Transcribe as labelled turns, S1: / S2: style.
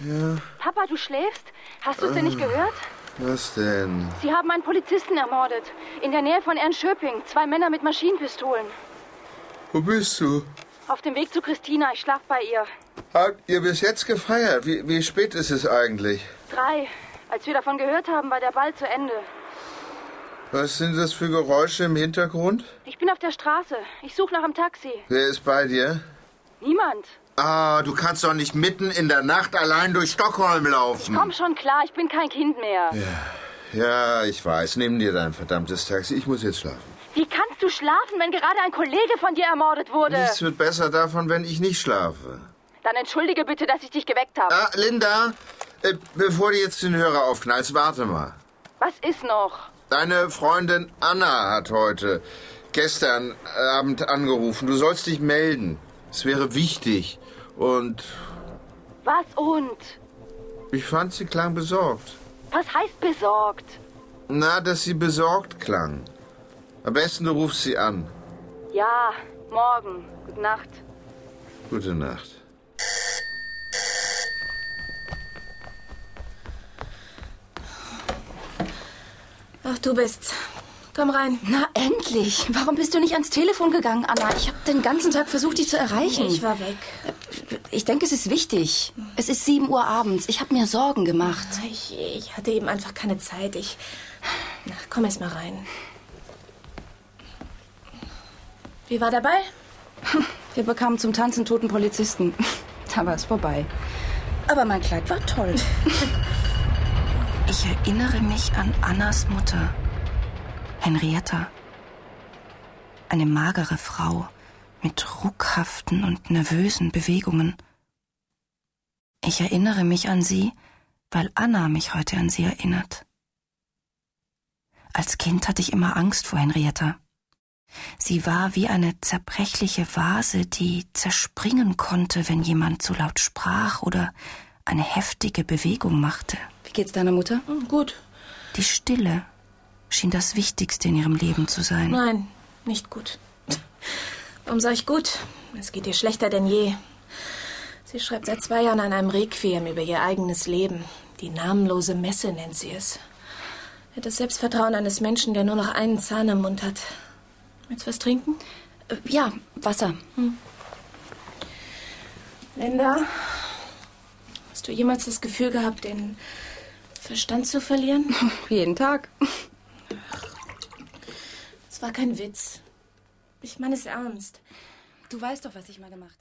S1: Ja.
S2: Papa, du schläfst? Hast du es denn nicht gehört?
S1: Was denn?
S2: Sie haben einen Polizisten ermordet. In der Nähe von Ernschöping. Zwei Männer mit Maschinenpistolen.
S1: Wo bist du?
S2: Auf dem Weg zu Christina. Ich schlaf bei ihr.
S1: Habt ihr bis jetzt gefeiert? Wie, wie spät ist es eigentlich?
S2: Drei. Als wir davon gehört haben, war der Ball zu Ende.
S1: Was sind das für Geräusche im Hintergrund?
S2: Ich bin auf der Straße. Ich suche nach einem Taxi.
S1: Wer ist bei dir?
S2: Niemand.
S1: Ah, du kannst doch nicht mitten in der Nacht allein durch Stockholm laufen.
S2: Komm schon klar, ich bin kein Kind mehr.
S1: Ja, ich weiß. Nimm dir dein verdammtes Taxi. Ich muss jetzt schlafen.
S2: Wie kannst du schlafen, wenn gerade ein Kollege von dir ermordet wurde?
S1: Nichts wird besser davon, wenn ich nicht schlafe.
S2: Dann entschuldige bitte, dass ich dich geweckt habe.
S1: Ah, Linda, äh, bevor du jetzt den Hörer aufknallst, warte mal.
S2: Was ist noch?
S1: Deine Freundin Anna hat heute, gestern Abend angerufen. Du sollst dich melden. Es wäre wichtig. Und
S2: Was und?
S1: ich fand, sie klang besorgt.
S2: Was heißt besorgt?
S1: Na, dass sie besorgt klang. Am besten, du rufst sie an.
S2: Ja, morgen. Gute Nacht.
S1: Gute Nacht.
S3: Ach, du bist's. Komm rein.
S4: Na endlich! Warum bist du nicht ans Telefon gegangen, Anna? Ich habe den ganzen Tag versucht, dich zu erreichen.
S3: Ich war weg.
S4: Ich denke, es ist wichtig. Es ist 7 Uhr abends. Ich habe mir Sorgen gemacht.
S3: Ich, ich hatte eben einfach keine Zeit. Ich. Na, komm erst mal rein. Wie war der Ball?
S4: Wir bekamen zum Tanzen toten Polizisten. Da war es vorbei. Aber mein Kleid war toll. Ich erinnere mich an Annas Mutter, Henrietta. Eine magere Frau mit ruckhaften und nervösen Bewegungen. Ich erinnere mich an sie, weil Anna mich heute an sie erinnert. Als Kind hatte ich immer Angst vor Henrietta. Sie war wie eine zerbrechliche Vase, die zerspringen konnte, wenn jemand zu laut sprach oder eine heftige Bewegung machte. Wie geht's deiner Mutter?
S3: Hm, Gut.
S4: Die Stille schien das Wichtigste in ihrem Leben zu sein.
S3: Nein, nicht gut. Warum sage ich gut? Es geht ihr schlechter denn je. Sie schreibt seit zwei Jahren an einem Requiem über ihr eigenes Leben. Die namenlose Messe nennt sie es. Er hat Das Selbstvertrauen eines Menschen, der nur noch einen Zahn am Mund hat. Willst du was trinken?
S4: Äh, Ja, Wasser.
S3: Hm. Linda, hast du jemals das Gefühl gehabt, den Verstand zu verlieren?
S4: Jeden Tag.
S3: Es war kein Witz. Ich meine es ernst.
S4: Du weißt doch, was ich mal gemacht habe.